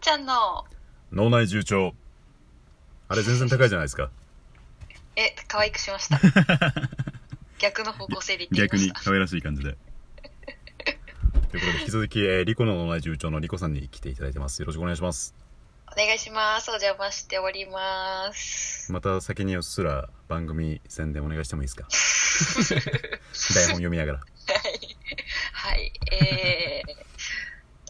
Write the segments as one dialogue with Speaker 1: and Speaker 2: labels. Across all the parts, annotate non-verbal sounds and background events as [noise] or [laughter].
Speaker 1: ちゃんの、
Speaker 2: 脳内重調あれ全然高いじゃないですか
Speaker 1: え、可愛くしました。逆の方向性で言って
Speaker 2: 逆
Speaker 1: み
Speaker 2: に
Speaker 1: ました。
Speaker 2: 可愛らしい感じでということで引き続き、えー、リコの脳内重調のリコさんに来ていただいてますよろしくお願いします
Speaker 1: お願いします。お邪魔しております。 [laughs]
Speaker 2: また先にうっすら番組宣伝お願いしてもいいですか [laughs] 台本読みながら
Speaker 1: はい。はい。えー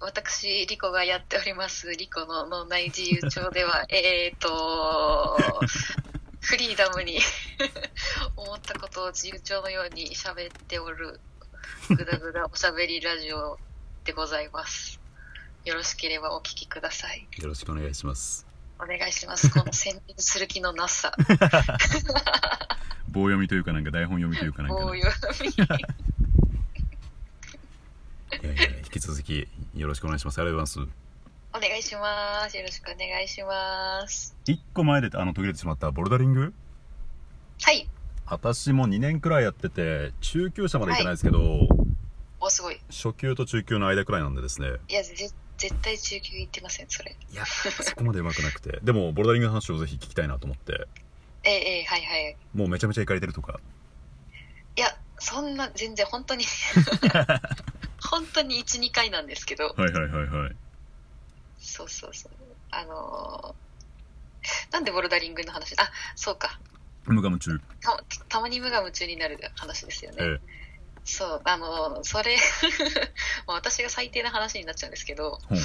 Speaker 1: 私、リコがやっております、リコの脳内自由帳では、 [laughs] えーと、フリーダムに [laughs] 思ったことを自由帳のように喋っておる、ぐだぐだおしゃべりラジオでございます。よろしければお聞きください。
Speaker 2: よろしくお願いします
Speaker 1: お願いします。この潜入する気 [laughs] のなさ。
Speaker 2: 棒読みというかなんか台本読みというかなんか
Speaker 1: こ
Speaker 2: ね、
Speaker 1: ういう
Speaker 2: いやいや引き続きよろしくお願いしますありがとうございます
Speaker 1: お願いします。よろしくお願いします。
Speaker 2: 一個前であの途切れてしまったボルダリング
Speaker 1: はい。
Speaker 2: 私も2年くらいやってて中級者までいかないですけど、
Speaker 1: お、すごい。
Speaker 2: 初級と中級の間くらいなんでですね
Speaker 1: いや、ぜ絶対中級行ってません、それ。
Speaker 2: いやそこまで上手くなくてでもボルダリングの話をぜひ聞きたいなと思って
Speaker 1: ええ、ええ、はいはい。
Speaker 2: もうめちゃめちゃいかれてるとか
Speaker 1: いや、そんな、全然、本 [laughs] 当に。本当に1、2回なんですけど。
Speaker 2: はいはいはいはい
Speaker 1: そうそうそう。あのーなんでボルダリングの話あ、そうか。
Speaker 2: 無我夢中
Speaker 1: たたまに無我夢中になる話ですよね。
Speaker 2: え
Speaker 1: そう、あの、それ [laughs] まあ、私が最低な話になっちゃうんですけど、
Speaker 2: ほう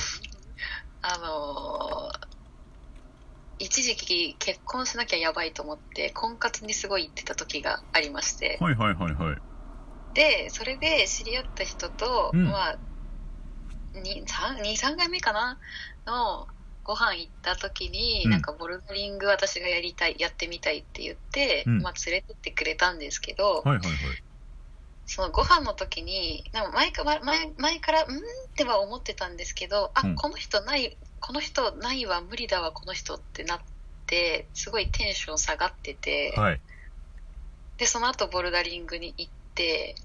Speaker 1: あの一時期結婚しなきゃやばいと思って、婚活にすごい行ってた時がありまして
Speaker 2: え、はいはいはいはい
Speaker 1: で、それで知り合った人と、
Speaker 2: うん
Speaker 1: まあ、2、3、2 3回目かなの、ご飯行った時に、
Speaker 2: うん
Speaker 1: なんかボルダリング私がやりたい、やってみたいって言って、
Speaker 2: うん
Speaker 1: まあ連れてってくれたんですけど、
Speaker 2: はいはいはい
Speaker 1: そのご飯の時に、なんか前か前前から、んーっては思ってたんですけど、あ、
Speaker 2: うん
Speaker 1: この人ない、この人ないは無理だわ、この人ってなって、すごいテンション下がってて、
Speaker 2: はい
Speaker 1: で、その後ボルダリングに行って、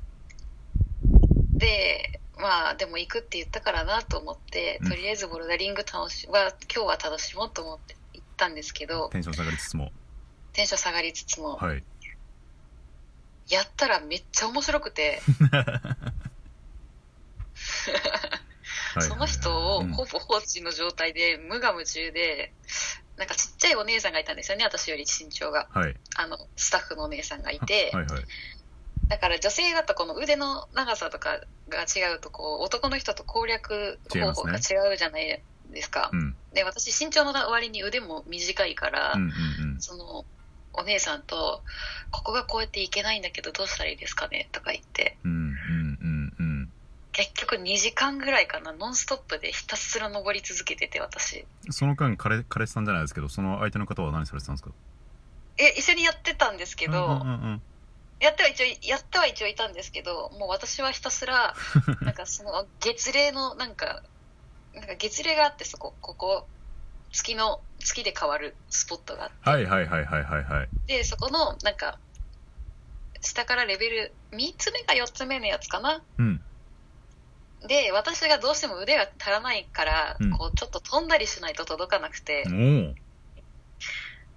Speaker 1: で、まあ、でも行くって言ったからなと思って、
Speaker 2: うん
Speaker 1: とりあえずボルダリング楽し、は、今日は楽しもうと思って行ったんですけど、
Speaker 2: テンション下がりつつも
Speaker 1: テンション下がりつつも、
Speaker 2: はい
Speaker 1: やったらめっちゃ面白くて、 [laughs] [laughs] その人を
Speaker 2: うん
Speaker 1: ほぼ放置の状態で無我夢中で、なんかちっちゃいお姉さんがいたんですよね、私より身長が。
Speaker 2: はい
Speaker 1: あの、スタッフのお姉さんがいて、
Speaker 2: はいはい
Speaker 1: だから女性だとこの腕の長さとかが違うと、こう、男の人と攻略方法が違うじゃないですか。
Speaker 2: うん
Speaker 1: で、私身長の割に腕も短いから、
Speaker 2: うんうんうん
Speaker 1: その、お姉さんと、ここがこうやっていけないんだけどどうしたらいいですかねとか言って、
Speaker 2: うんうんうんうん
Speaker 1: 結局2時間ぐらいかな、ノンストップでひたすら登り続けてて、私。
Speaker 2: その間彼彼氏さんじゃないですけどその相手の方は何されてたんですか
Speaker 1: え一緒にやってたんですけど、
Speaker 2: うんうんうん
Speaker 1: やっては一応やっては一応いたんですけどもう私はひたす
Speaker 2: [laughs]
Speaker 1: らなんかその月齢のなんかなんか月齢があってそこここ月の月で変わるスポットがあっ
Speaker 2: はいはいはいはいはいはい
Speaker 1: てそこのなんか下からレベル3つ目か4つ目のやつかな
Speaker 2: うん
Speaker 1: で私がどうしても腕が足らないから、
Speaker 2: うん
Speaker 1: こうちょっと飛んだりしないと届かなくて、
Speaker 2: おお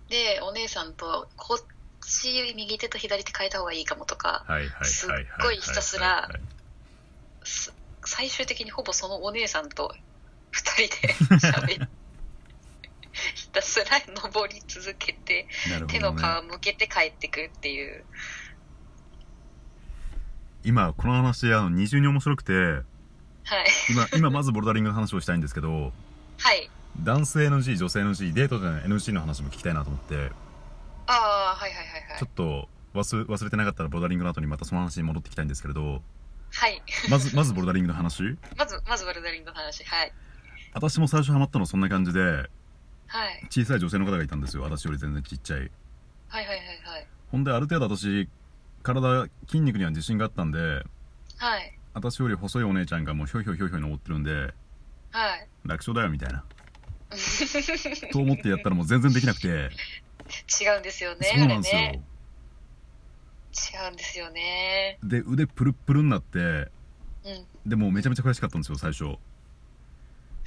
Speaker 1: でお姉さんとこっち右手と左手変えた方がいいかもとか
Speaker 2: はいはいはい
Speaker 1: すっごいひたすらす最終的にほぼそのお姉さんと2人で
Speaker 2: [laughs]
Speaker 1: 喋りひたすら登り続けて、
Speaker 2: なるほ
Speaker 1: 手の
Speaker 2: ど、
Speaker 1: 皮
Speaker 2: ね、
Speaker 1: 向けて帰ってくっていう
Speaker 2: 今この話あの二重に面白くて
Speaker 1: はい
Speaker 2: 今今まずボルダリングの話をしたいんですけど
Speaker 1: はい
Speaker 2: 男性 NG 女性 NG デートでの NG の話も聞きたいなと思って
Speaker 1: ああはいはいはいは
Speaker 2: ちょ
Speaker 1: い
Speaker 2: っと忘忘れてなかったらボルダリングの後にまたその話に戻ってきたいんですけれど
Speaker 1: はい
Speaker 2: まずまずボルダリングの話
Speaker 1: まずまずボルダリングの話はい
Speaker 2: 私も最初ハマったのそんな感じで
Speaker 1: はい
Speaker 2: 小さい女性の方がいたんですよ私より全然ちっちゃい
Speaker 1: はいはいはいはい
Speaker 2: ほんである程度私体筋肉には自信があったんで
Speaker 1: はい
Speaker 2: 私より細いお姉ちゃんがもうひょいひょいひょいひょい登ってるんで
Speaker 1: はい [laughs]
Speaker 2: 楽勝だよみたいなと思ってやったらもう全然できなくて
Speaker 1: 違うんですよね
Speaker 2: そうなんです
Speaker 1: あ
Speaker 2: よ
Speaker 1: れね違うんですよね
Speaker 2: で腕プルップルになって
Speaker 1: うん
Speaker 2: でもうめちゃめちゃ悔しかったんですよ最初
Speaker 1: はい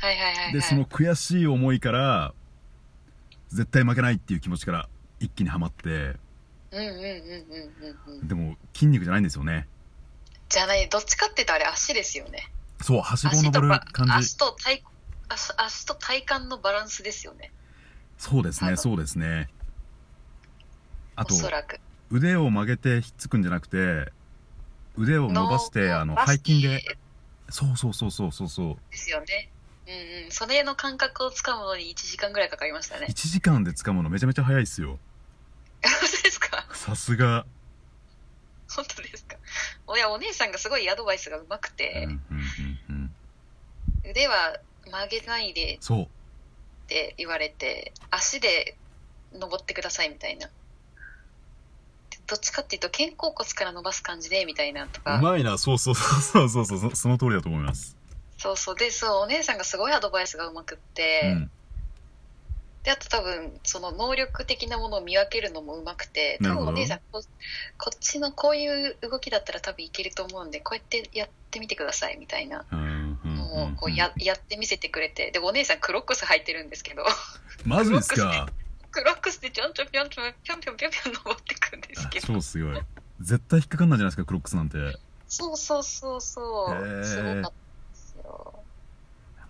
Speaker 1: はいはいはい。
Speaker 2: でその悔しい思いから絶対負けないっていう気持ちから一気にはまって
Speaker 1: うんうんうんうんうんうん。
Speaker 2: でも筋肉じゃないんですよね
Speaker 1: じゃない、どっちかって言ったらあれ足ですよね。
Speaker 2: そうはしごを
Speaker 1: 足と
Speaker 2: 登る
Speaker 1: ば
Speaker 2: 感じ
Speaker 1: 足と体、足足と体幹のバランスですよね。
Speaker 2: そうです
Speaker 1: あ
Speaker 2: ね
Speaker 1: の
Speaker 2: そうですねあ
Speaker 1: お
Speaker 2: と
Speaker 1: そらく。
Speaker 2: 腕を曲げてひっつくんじゃなくて腕を伸ばしてあの
Speaker 1: 伸ば
Speaker 2: 背
Speaker 1: して
Speaker 2: 筋でそうそうそうそうそうそう
Speaker 1: ですよね。うんうん。それの感覚をつかむのに1時間ぐらいかかりましたね。
Speaker 2: 1時間で掴むのめちゃめちゃ早いっすよ
Speaker 1: 本当ですか
Speaker 2: さすが、
Speaker 1: 本当ですかいや、お姉さんがすごいアドバイスがうまくて
Speaker 2: うん、うんうんうん
Speaker 1: 腕は曲げないでっ
Speaker 2: そう
Speaker 1: て言われて、足で登ってくださいみたいな。どっちかっていうと、肩甲骨から伸ばす感じで、みたいなと
Speaker 2: う
Speaker 1: か。
Speaker 2: まいなそうそうそうそうそうそうそその通りだと思います、
Speaker 1: そうそう。で、そう、お姉さんがすごいアドバイスがうまくって、
Speaker 2: うん
Speaker 1: で、あと多分、その能力的なものを見分けるのもうまくて、
Speaker 2: な
Speaker 1: 多
Speaker 2: るほ
Speaker 1: 分
Speaker 2: ど
Speaker 1: お姉さんこ、こっちのこういう動きだったら多分いけると思うんで、こうやってやってみてください、みたいな。
Speaker 2: うんうん
Speaker 1: もうこう
Speaker 2: うん
Speaker 1: ややってみせてくれて、で、お姉さんクロックス履いてるんですけど、 [laughs]
Speaker 2: マジですか
Speaker 1: クロックスでちょんちょんぴょんちょん、ぴょんぴょんぴょんぴょん登ってくんです
Speaker 2: あ
Speaker 1: けど、
Speaker 2: 超すごい絶対引っかかんないじゃないですかクロックスなんて
Speaker 1: そうそうそうそ
Speaker 2: へー
Speaker 1: う、すごかったですよ。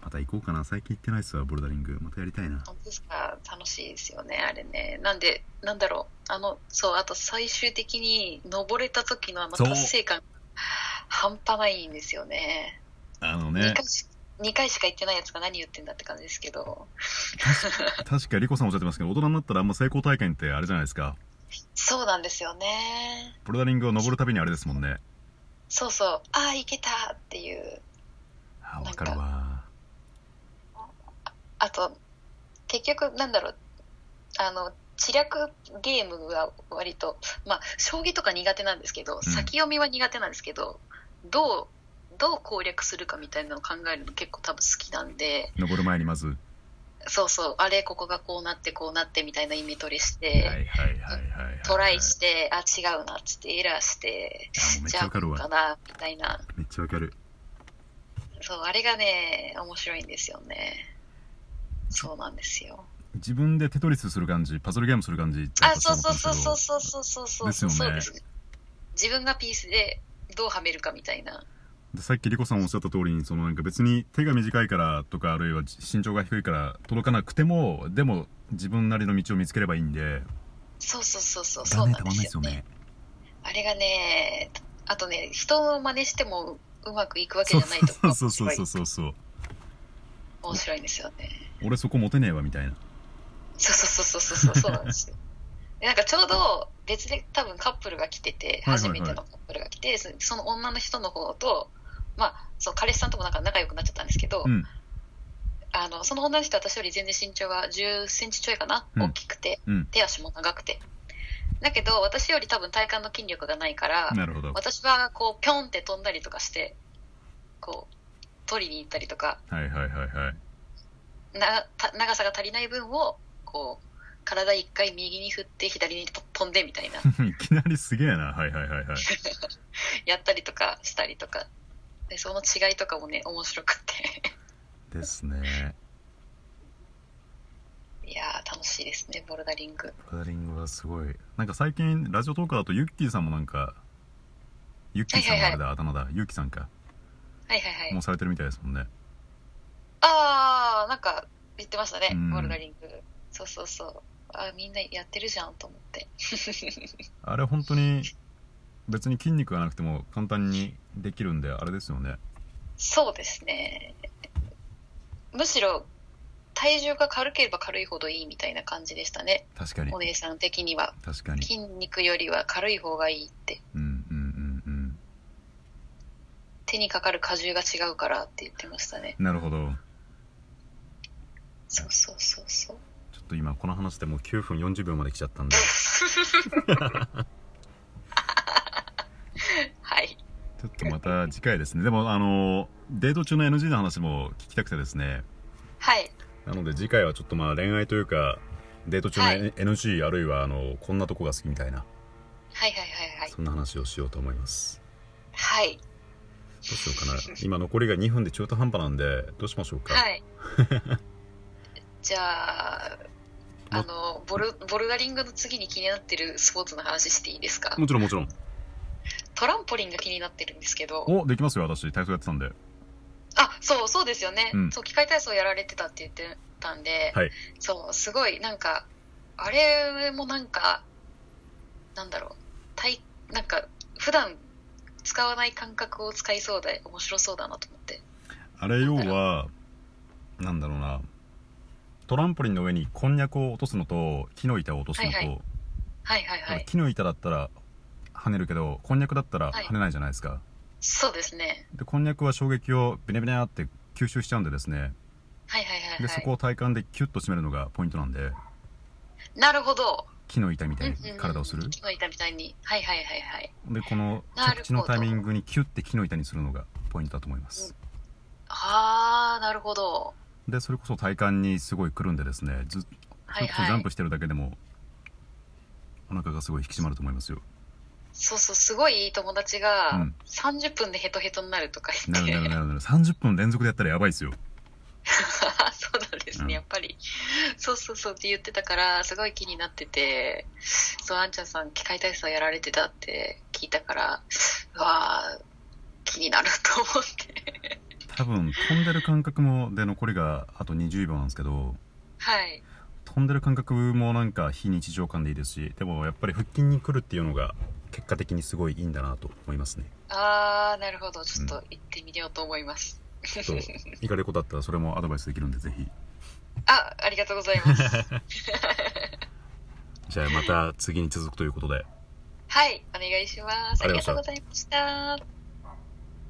Speaker 2: また行こうかな最近行ってないっすわボルダリングまたやりたいな
Speaker 1: 本当ですか、楽しいですよね、あれね。なんで、なんだろう、あの、そう、あと最終的に登れた時のあの
Speaker 2: そう
Speaker 1: 達成感、半端ないんですよね。
Speaker 2: あの
Speaker 1: 2
Speaker 2: ね
Speaker 1: 回し2回しか行ってないやつが何言ってんだって感じですけど、
Speaker 2: 確かリコさんおっしゃってますけど大人になったらあんま成功体験ってあれじゃないですか
Speaker 1: そうなんですよね。
Speaker 2: ボルダリングを登るたびにあれですもんね
Speaker 1: そうそう、ああ、行けたっていう。
Speaker 2: あわかるわ
Speaker 1: あと、結局、なんだろう、あの、知略ゲームが割と、まあ、将棋とか苦手なんですけど、先読みは苦手なんですけど、どう、どう攻略するかみたいなのを考えるの結構多分好きなんで、
Speaker 2: 登る前に
Speaker 1: [laughs]
Speaker 2: まず、
Speaker 1: そうそう、あれ、ここがこうなって、こうなってみたいなイメトレし
Speaker 2: は
Speaker 1: て、
Speaker 2: いはいはいはい、はい、
Speaker 1: トライして、あ、違うな、つってエラーして、
Speaker 2: あもうめっ
Speaker 1: じ
Speaker 2: ち
Speaker 1: ゃ
Speaker 2: ゃ
Speaker 1: あ、
Speaker 2: わかる
Speaker 1: こう
Speaker 2: わ
Speaker 1: かな、みたいな。
Speaker 2: めっちゃわかる
Speaker 1: そう、あれがね、面白いんですよね。そうなんですよ。
Speaker 2: 自分でテトリスする感じパズルゲームする感じってやっ
Speaker 1: あ、
Speaker 2: ぱ
Speaker 1: そう
Speaker 2: 思
Speaker 1: そうそうそうそう
Speaker 2: っ
Speaker 1: そうそうそう。
Speaker 2: ですよね
Speaker 1: そうですね。自分がピースでどうはめるかみたいな。
Speaker 2: でさっきリコさんおっしゃった通りにそのなんか別に手が短いからとかあるいは身長が低いから届かなくてもでも自分なりの道を見つければいいんで
Speaker 1: そうそうそうそう。そ
Speaker 2: だ
Speaker 1: う
Speaker 2: ね
Speaker 1: な
Speaker 2: た
Speaker 1: ん
Speaker 2: ま
Speaker 1: で
Speaker 2: んないですす
Speaker 1: よ
Speaker 2: よ
Speaker 1: ね
Speaker 2: ね。
Speaker 1: あれがね、あとね、人を真似してもうまくいくわけ
Speaker 2: そう
Speaker 1: じゃないとこ
Speaker 2: そうそうそうそうそう
Speaker 1: 面白いんですよね。
Speaker 2: 俺そこモテねえわみたいな
Speaker 1: そうそうそうそうそうそうそうなんですよ。でなんかちょうど別で多分カップルが来てて、
Speaker 2: はいはい
Speaker 1: 初
Speaker 2: はい
Speaker 1: めてのカップルが来て、そその女の人の方と、まあ、その彼氏さんともなんか仲良くなっちゃったんですけど、
Speaker 2: うん
Speaker 1: あのその女の人は私より全然身長が10センチちょいかな、
Speaker 2: うん
Speaker 1: 大きくて、
Speaker 2: うん
Speaker 1: 手足も長くてだけど私より多分体幹の筋力がないから、
Speaker 2: なるほどは
Speaker 1: 私はこうピョンって飛んだりとかしてこう取りに行ったりとか
Speaker 2: いはいはいはい
Speaker 1: なた長さが足りない分をこう体一回右に振って左にと飛んでみたいな
Speaker 2: い [laughs] きなりすげえなはいはいはいはい
Speaker 1: やったりとかしたりとかでその違いとかもね面白くて [laughs]
Speaker 2: ですね
Speaker 1: いやー楽しいですねボルダリング
Speaker 2: ボルダリングはすごいなんか最近ラジオトークだとユッキーさんもなんかユッキーさんもあれだあだ名だユッキーさんか
Speaker 1: はいはいはい
Speaker 2: もうされてるみたいですもんね
Speaker 1: ああ、なんか言ってましたね、
Speaker 2: うん
Speaker 1: ボルダリング。そうそうそう。あーみんなやってるじゃんと思って。
Speaker 2: あれ本当に別に筋肉がなくても簡単にできるんであれですよね
Speaker 1: そうですね。むしろ、体重が軽ければ軽いほどいいみたいな感じでしたね。
Speaker 2: 確かに
Speaker 1: お姉さん的には。
Speaker 2: 確かに
Speaker 1: 筋肉よりは軽い方がいいって。
Speaker 2: うんうんうん
Speaker 1: 手にかかる荷重が違うからって言ってましたね。
Speaker 2: うんなるほど
Speaker 1: そうそうそうそう。
Speaker 2: ちょっと今この話でもう9分40秒まで来ちゃったんで
Speaker 1: はい。
Speaker 2: ちょっとまた次回ですねでもあのデート中の NG の話も聞きたくてですね
Speaker 1: はい。
Speaker 2: なので次回はちょっとまあ恋愛というかデート中の
Speaker 1: はい
Speaker 2: NG、あるいはあのこんなとこが好きみたいな
Speaker 1: はいはいはいはい。
Speaker 2: そんな話をしようと思います
Speaker 1: はい。
Speaker 2: どうしようかな今残りが2分で中途半端なんでどうしましょうか、 [laughs]
Speaker 1: はい。じゃあ、あの、ボル、ボルダリングの次に気になってるスポーツの話していいですか
Speaker 2: もちろんもちろん
Speaker 1: トランポリンが気になってるんですけど。
Speaker 2: おできますよ私体操やってたんで
Speaker 1: あ、そう、そうですよね。
Speaker 2: うん
Speaker 1: そう、機械体操やられてたって言ってたんで、
Speaker 2: はい
Speaker 1: そう、すごい、なんか、あれもなんか、なんだろう、体、なんか、普段使わない感覚を使いそうで、面白そうだなと思って。
Speaker 2: あれ要はなんだろうなトランポリンの上にこんにゃくを落とすのと木の板を落とすのと、
Speaker 1: はいははいはいは
Speaker 2: あの
Speaker 1: い。
Speaker 2: 木の板だったら跳ねるけどこんにゃくだったら跳ねないじゃないですか、
Speaker 1: そうですね。
Speaker 2: でこんにゃくは衝撃をビネビネって吸収しちゃうんでですね
Speaker 1: はいはいはい、
Speaker 2: で
Speaker 1: は
Speaker 2: そ
Speaker 1: い
Speaker 2: こを体幹でキュッと締めるのがポイントなんで
Speaker 1: なるほど。
Speaker 2: 木の板みたいに
Speaker 1: うんうんうん
Speaker 2: 体をする
Speaker 1: 木の板みたいに。はいはいはいはい。
Speaker 2: でこの
Speaker 1: なるほど
Speaker 2: 着地のタイミングにキュッて木の板にするのがポイントだと思います
Speaker 1: あー、なるほど。
Speaker 2: でそれこそ体幹にすごいくるんでですねずそ
Speaker 1: はい
Speaker 2: れこそジャ
Speaker 1: は
Speaker 2: ン
Speaker 1: い
Speaker 2: プ。してるだけでもお腹がすごい引き締まると思
Speaker 1: [laughs]
Speaker 2: いますよ
Speaker 1: そうそう、すごいいい友達
Speaker 2: う
Speaker 1: が
Speaker 2: ん、
Speaker 1: 30分でヘトヘトになるとか言
Speaker 2: な
Speaker 1: っ
Speaker 2: る
Speaker 1: て、
Speaker 2: なるなるなる30分連続でやったらやばいですよ
Speaker 1: [laughs] そうなんですね、
Speaker 2: うん
Speaker 1: やっぱり。そうそうそうって言ってたから、すごい気になってて、そう、あんちゃんさん、機械体操やられてたって聞いたから、うわあ気になると思って。
Speaker 2: 多分飛んでる感覚もで残りがあと20秒なんですけど
Speaker 1: はい。
Speaker 2: 飛んでる感覚もなんか非日常感でいいですしでもやっぱり腹筋に来るっていうのが結果的にすごいいいんだなと思います
Speaker 1: [laughs]
Speaker 2: ね
Speaker 1: あー、なるほど。ちょっと行ってみようと思います。
Speaker 2: ちょっと行かれることあったらそれもアドバイスできるんでぜひ
Speaker 1: [laughs] あ、ありがとうございます。
Speaker 2: じゃあまた次に続くということで
Speaker 1: はい、お願いします。
Speaker 2: あ
Speaker 1: あ
Speaker 2: り
Speaker 1: り
Speaker 2: が
Speaker 1: がとうご
Speaker 2: とうご
Speaker 1: ざいました。